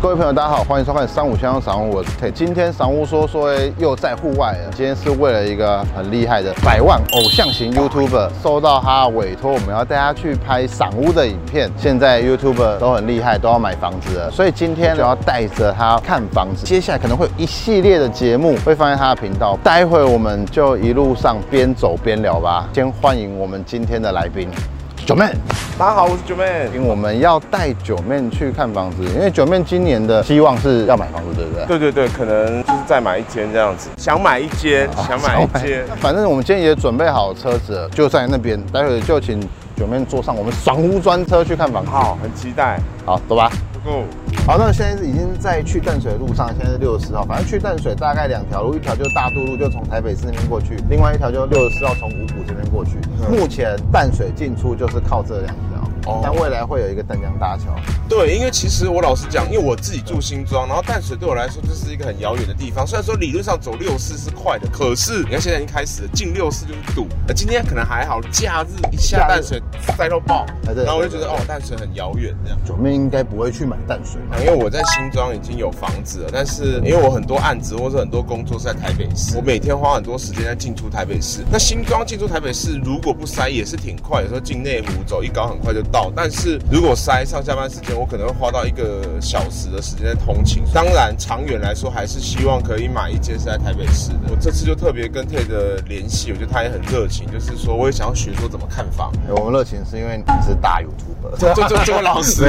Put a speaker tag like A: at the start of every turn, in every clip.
A: 各位朋友，大家好，欢迎收看《三五香赏屋》，我是 Tate。今天赏屋说说又在户外了，今天是为了一个很厉害的百万偶像型 YouTuber，收到他委托，我们要带他去拍赏屋的影片。现在 YouTuber 都很厉害，都要买房子了，所以今天就要带着他看房子。接下来可能会有一系列的节目会放在他的频道，待会我们就一路上边走边聊吧。先欢迎我们今天的来宾，九妹。
B: 大家好，我是九妹。
A: 因为我们要带九妹去看房子，因为九妹今年的希望是要买房子，对不对？
B: 对对对，可能就是再买一间这样子，想买一间，哦想买一间。
A: 反正我们今天也准备好车子了，就在那边，待会就请九妹坐上我们爽屋专车去看房子。
B: 好，很期待。
A: 好，走吧。
B: Go。
A: 好，那现在已经在去淡水的路上，现在是六十四号。反正去淡水大概两条路，一条就是大渡路，就从台北市那边过去；，另外一条就是六十四号从五股这边过去。
B: 嗯
A: 目前淡水进出就是靠这两条，
B: 哦
A: 但未来会有一个淡江大桥。
B: 对，因为其实我老实讲，因为我自己住新庄，然后淡水对我来说就是一个很遥远的地方。虽然说理论上走六四是快的，可是你看现在已经开始了，进六四就是堵。呃，今天可能还好，假日一下淡水塞到爆，
A: 哎对
B: 然后我就觉
A: 对
B: 得
A: 对
B: 哦，淡水很遥远这样。
A: 九妹应该不会去买淡水吧
B: 因为我在新庄已经有房子了，但是因为我很多案子或者很多工作是在台北市，我每天花很多时间在进出台北市。那新庄进出台北市如果不塞也是挺快，有时候进内湖走一高很快就到。但是如果塞上下班时间，我可能会花到一个小时的时间在通勤。当然，长远来说还是希望可以买一间是在台北市的。我这次就特别跟 Ted 的联系，我觉得他也很热情，就是说我也想要学说怎么看房。
A: 哎我们热情是因为你是大 YouTuber。
B: 这这这这么 老实，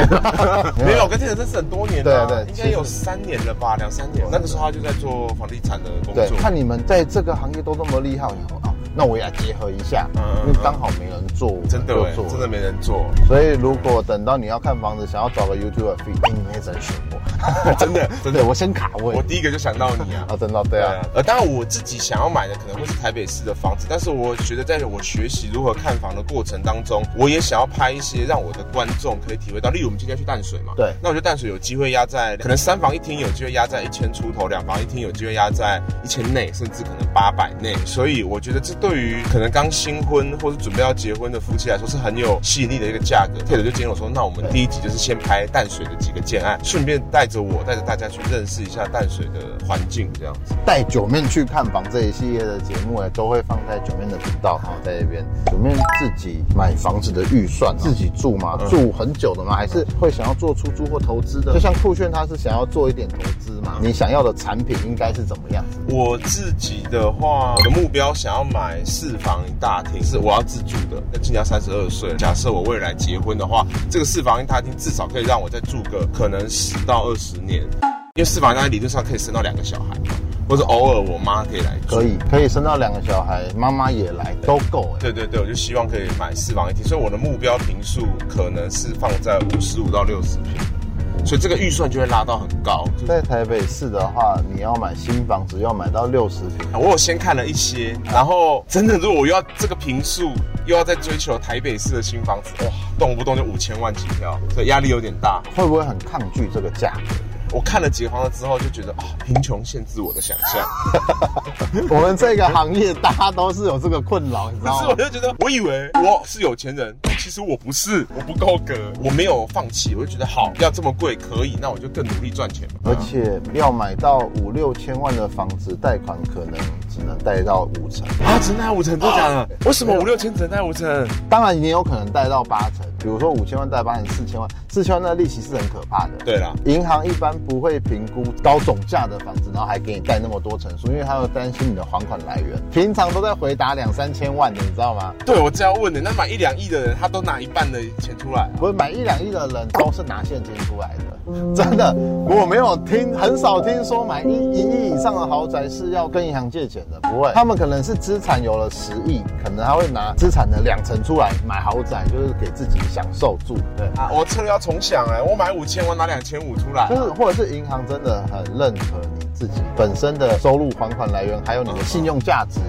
B: 没有，我跟这个认识很多年了、啊
A: 对对
B: 应该有三年了吧，两三年。那个时候他就在做房地产的工
A: 对
B: 作，，
A: 看你们在这个行业都这么厉害以后啊，那我也来结合一下，
B: 嗯嗯嗯
A: 因为刚好没人做，
B: 真的
A: 我
B: 哎
A: 就做，
B: 真的。没人 做，
A: 所以如果等到你要看房子，想要找个 YouTuber feed，你也只能选我。
B: 真的真
A: 对
B: 的，
A: 我先卡位
B: 我。第一个就想到你啊。
A: 啊，真的对啊，，
B: 呃，当然我自己想要买的可能会是台北市的房子，但是我觉得在我学习如何看房的过程当中，我也想要拍一些让我的观众可以体会到，例如我们今天去淡水嘛，
A: 对
B: 那我觉得淡水有机会压在可能三房一厅有机会压在一千出头，两房一厅有机会压在一千内，甚至可能八百内，所以我觉得这对于可能刚新婚或是准备要结婚的夫妻来说是很有吸引力的一个价格。特 e 就建议我说，那我们第一集就是先拍淡水的几个建案，顺便带着我带着大家去认识一下淡水的环境，这样子。
A: 带九面去看房这一系列的节目呢，啊都会放在九面的频道，好，在这边。九面自己买房子的预算，啊自己住吗？
B: 嗯
A: 住很久的吗？还是会想要做出租或投资的？就像酷炫，他是想要做一点投资嘛？你想要的产品应该是怎么样子？
B: 我自己的话，我的目标想要买四房一大厅，是我要自住的。那今年三十二岁了，假设我未来结婚的话，这个四房一大厅至少可以让我再住个可能十到二十年，因为四房一大厅理论上可以生到两个小孩，或者偶尔我妈可以来住。
A: 可以，可以生到两个小孩，妈妈也来，都够哎、
B: 对对对，我就希望可以买四房一厅，所以我的目标平数可能是放在五十五到六十平，所以这个预算就会拉到很高。就是
A: 在台北市的话，你要买新房子要买到六十平，
B: 啊我有先看了一些，然后真的，如果我要这个平数，又要再追求台北市的新房子，哇，动不动就五千万起跳，所以压力有点大。
A: 会不会很抗拒这个价格？
B: 我看了几个房子之后，就觉得啊，贫穷限制我的想象。
A: 我们这个行业大家都是有这个困扰，你知
B: 可是
A: 道
B: 我
A: 吗？
B: 就觉得，我以为我是有钱人，其实我不是，我不够格，我没有放弃，我就觉得好，要这么贵可以，那我就更努力赚钱吧。
A: 而且要买到五六千万的房子，贷款可能只能贷到五成，
B: 啊，只能贷五成，真的假的？为什么五六千只能贷五成？
A: 当然你也有可能贷到八成，比如说五千万贷八成，四千万，四千万的利息是很可怕的。
B: 对啦，
A: 银行一般不会评估高总价的房子，然后还给你贷那么多成数，因为他要担心你的还款来源。平常都在回答两三千万的，你知道吗？
B: 对我这样问的，那买一两亿的人，他都拿一半的钱出来啊、
A: 我买一两亿的人都是拿现金出来的，真的，我没有听，很少听说买一一亿以上的豪宅是要跟银行借钱的，不会，他们可能是资产有了十亿，可能还会拿资产的两成出来买豪宅，就是给自己享受住，对。
B: 啊，我策略要重想哎、我买五千，我拿两千五出来
A: 就。是，或者是银行真的很认可你自己本身的收入、还款来源，还有你的信用价值。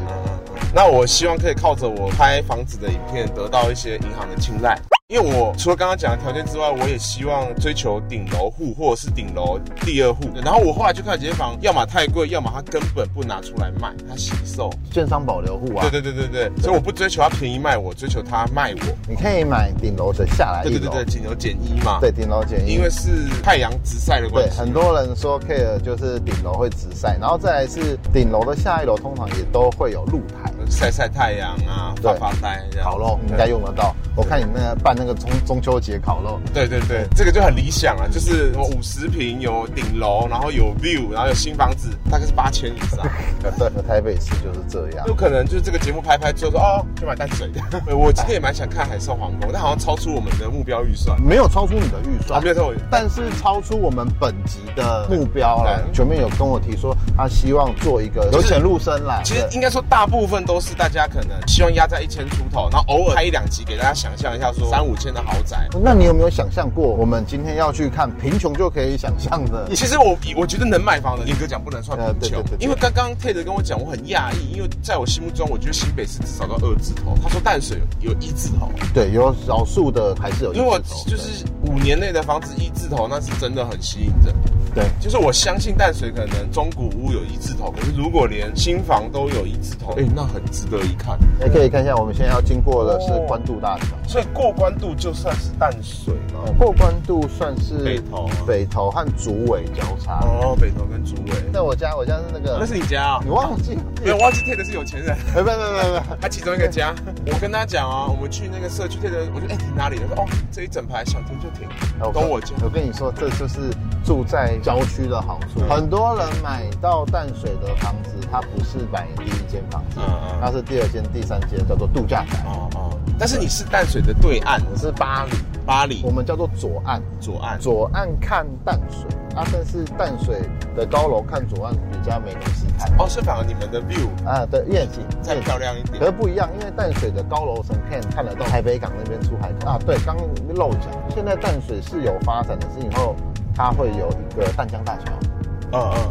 B: 那我希望可以靠着我拍房子的影片得到一些银行的青睐。因为我除了刚刚讲的条件之外，我也希望追求顶楼户或者是顶楼第二户。然后我后来就看解房，要么太贵，要么它根本不拿出来卖，它惜售。
A: 建商保留户啊
B: 对，对对对对，所以我不追求它便宜卖我，追求它卖我。
A: 你可以买顶楼的下来
B: 对
A: 一
B: 对对
A: 楼，
B: 对，仅有减一嘛。
A: 对，顶楼建议
B: 因为是太阳直晒的关
A: 对，
B: 系，
A: 很多人说 care 就是顶楼会直晒，然后再来是顶楼的下一楼通常也都会有露台，
B: 晒晒太阳啊，发
A: 对
B: 发呆这样。
A: 烤肉应该用得到。我看你那个办那个中中秋节烤 肉，
B: 对对对，这个就很理想啊，就是我五十平有顶楼，然后有 view，然后有新房子，大概是八千以 上。
A: 对，台北市就是这样
B: 有。可能就是这个节目拍拍之后说哦，去买淡 水的。对我今天也蛮想看海上皇宫，但好像超出我们的目标预算。
A: 没有超出你的预算，
B: 啊没有超出我
A: 但是超出我们本集的目标了。
B: 对
A: 九妹有跟我提说，她希望做一个由
B: 就是
A: 浅入深啦。
B: 其实
A: 对
B: 应该说，大部分都是大家可能希望压在一千出头，然后偶尔拍一两集给大家想象一下，说三五千的豪宅。
A: 那你有没有想象过，我们今天要去看贫穷就可以想象的？
B: 其实我我觉得能买房的，林哥讲不能算
A: 呃
B: 贫
A: 对
B: 穷
A: 对对，对
B: 因为刚刚 Ted 跟我讲，我很讶异，因为在我心目中，我觉得新北市至少都二字头，他说淡水有有一字头，
A: 对，有少数的还是有一
B: 因
A: 些
B: 为
A: 头
B: 我
A: 的，
B: 就是五年内的房子一字头，那是真的很吸引人。
A: 对。
B: 就是我相信淡水可能中古屋有一字头，可是如果连新房都有一字头，哎、那很值得一看。
A: 也哎可以看一下，我们现在要经过的
B: 哦
A: 是关渡大桥。
B: 所以过关渡就算是淡水吗？
A: 过关渡算是
B: 北投啊
A: 北投和竹尾交叉。
B: 哦，北投跟竹尾，
A: 那我家，我家是那
B: 那
A: 个，
B: 是你家啊、
A: 你忘记？
B: 没有，我忘记 Ted 是有钱人。
A: 哎，不不不
B: 他其中一个家，我跟他讲啊，我们去那个社区贴的，我就哎、停哪里？他说哦，这一整排想停就停，
A: 不不，
B: 都我家。
A: 我跟你说，这就是住在郊区的好
B: 嗯
A: 处。很多人买到淡水的房子，它不是买第一间房子
B: 嗯嗯，
A: 它是第二间、第三间，叫做度假宅。
B: 哦哦，但是你是淡水的对岸，
A: 我是巴黎，
B: 巴黎
A: 我们叫做左岸。
B: 左岸。
A: 左岸看淡水啊，但是淡水的高楼看左岸比较没东西看
B: 哦，是反而你们的 view
A: 啊，对，夜景
B: 再
A: 夜景
B: 漂亮一点
A: 可是。不一样，因为淡水的高楼层看看得到台北港那边出海口啊。对，刚漏讲，现在淡水是有发展的，是以后它会有一个淡江大桥，
B: 嗯嗯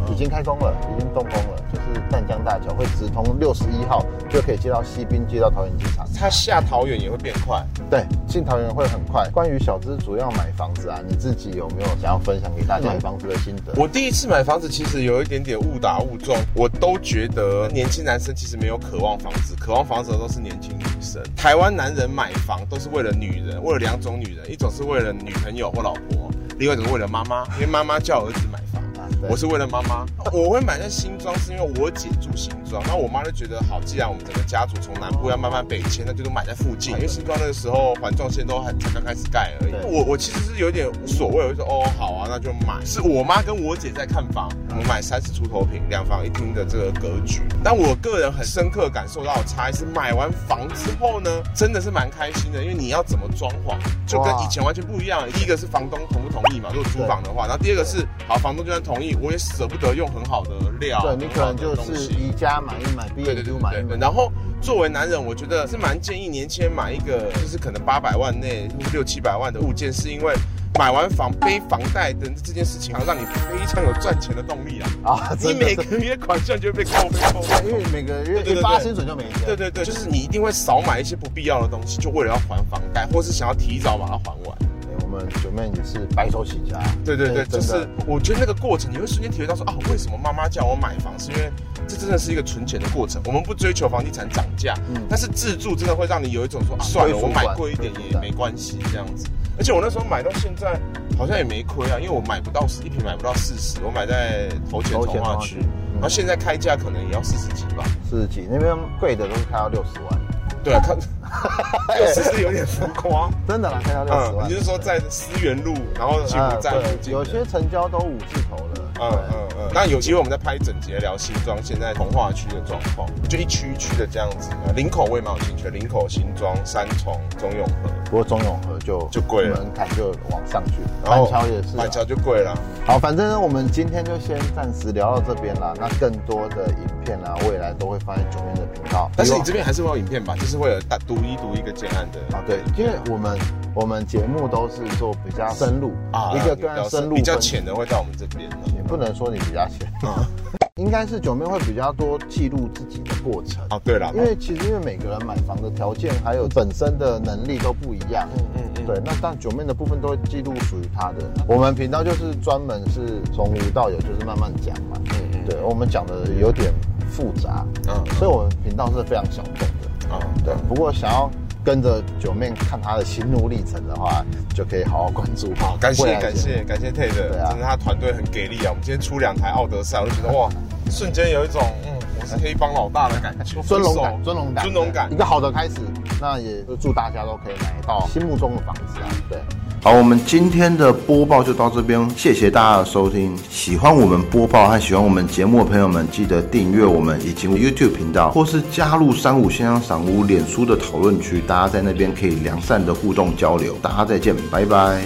A: 已
B: 嗯。
A: 经开工了，已经动工了，就是淡江大桥会直通六十一号，就可以接到西滨，接到桃园机场。
B: 它下桃园也会变快。
A: 对，进桃园会很快。关于小资主要买房子啊，你自己有没有想要分享给大家买房子的心得？
B: 嗯我第一次买房子，其实有一点点误打误撞，我都觉得年轻男生其实没有渴望房子，渴望房子的都是年轻女生。台湾男人买房都是为了女人，为了两种女人，一种是为了女朋友或老婆，另外一种是为了妈妈，因为妈妈叫儿子买房。
A: 啊对
B: 我是为了妈妈，我会买在新庄，是因为我姐住新庄，然后我妈就觉得好，既然我们整个家族从南部要慢慢北迁，那就都买在附近，因为新庄那个时候环状线都还才刚开始盖而已
A: 对。
B: 我我其实是有点无所谓，我就说哦好啊，那就买。是我妈跟我姐在看房，我们买三十出头平，两房一厅的这个格局。嗯但我个人很深刻感受到的差异是，买完房之后呢，真的是蛮开心的，因为你要怎么装潢，就跟
A: 哇
B: 以前完全不一样。第一个是房东同不同意嘛，如果租房的话，然后第二个是好，房东就算同意，我也舍不得用很好的料，
A: 对你可能就
B: 很好的东
A: 是
B: 西
A: 宜家买一买，B
B: 对对对
A: N 买一
B: 对对。
A: 买，
B: 然后作为男人，我觉得是蛮建议年轻人买一个，就是可能八百万内或是六七百万的物件，是因为买完房背房贷的这件事情，让你非常有赚钱的动力啊！
A: 啊，
B: 你
A: 真的
B: 每
A: 是
B: 个月款项就会被扣被扣。
A: 因为每个月
B: 对对对
A: 一发薪水就没钱。
B: 对对对，就是你一定会少买一些不必要的东西，就为了要还房贷，或是想要提早把它还完。
A: 对我们九妹也是白手起家。
B: 对对对，
A: 真
B: 就
A: 的
B: 是我觉得那个过程，你会瞬间体会到说啊，为什么妈妈叫我买房，是因为这真的是一个存钱的过程。我们不追求房地产涨价，
A: 嗯
B: 但是自住真的会让你有一种说啊，算了，
A: 归属
B: 我
A: 感
B: 买贵一点
A: 归属
B: 也
A: 感
B: 没关系这样子。而且我那时候买到现在好像也没亏啊，因为我买不到一瓶买不到四十，我买在头前
A: 头前
B: 从化
A: 同化
B: 区
A: 区，嗯
B: 然后现在开价可能也要四十几吧。
A: 四十几，那边贵的都是开到六十万，
B: 对啊， 看六十是有点浮夸。
A: 真的啦，开到 六十
B: 嗯，
A: 万。
B: 你就是说在思源路，然后新
A: 啊
B: 湖站附
A: 对
B: 近的，
A: 有些成交都五字头了。
B: 嗯嗯嗯，那有机会我们再拍一整节聊新庄现在同化区的状况，就一区一区的这样子。呃林口我也蛮有兴趣的，林口、新庄、三重、中永和，
A: 不过中永和就
B: 就贵了
A: 门槛就往上去，
B: 然
A: 板
B: 后
A: 桥也是啊。
B: 板桥就贵了。
A: 好，反正呢，我们今天就先暂时聊到这边啦。那更多的影片啊，未来都会放在九妹的频道。
B: 但是
A: 希
B: 你
A: 望
B: 这边还是会有影片吧？就是会有单独一独一个建案的
A: 啊，对，因为我们我们节目都是做比较深入
B: 啊，
A: 一个
B: 比较
A: 更深入
B: 比较
A: 分析
B: 浅的会到我们这边了。
A: 也不能说你比较浅。
B: 嗯
A: 应该是九妹会比较多记录自己的过程。
B: 哦，对了，
A: 因为其实因为每个人买房的条件还有本身的能力都不一样，
B: 嗯嗯
A: 对，那但九妹的部分都会记录属于她的。我们频道就是专门是从无到有，就是慢慢讲嘛，
B: 嗯嗯
A: 对，我们讲的有点复杂，
B: 嗯
A: 所以我们频道是非常小众的，
B: 啊，
A: 对。不过想要跟着九妹看她的心路历程的话，就可以好好关注。
B: 好，感
A: 未
B: 谢
A: 来的
B: 感谢感谢 Ted，
A: 对啊
B: 真的他团队很给力啊！我们今天出两台奥德赛，我就觉得哇，瞬间有一种嗯，我是黑帮老大的感觉，
A: 尊荣
B: 挥
A: 感，
B: 手
A: 尊荣感，
B: 尊荣感
A: 一。个好的开始。那也祝大家都可以买到心目中的房子啊！对，好，我们今天的播报就到这边，谢谢大家的收听。喜欢我们播报和喜欢我们节目的朋友们，记得订阅我们以及 YouTube 频道，或是加入三五先生赏屋脸书的讨论区，大家在那边可以良善的互动交流。大家再见，拜拜。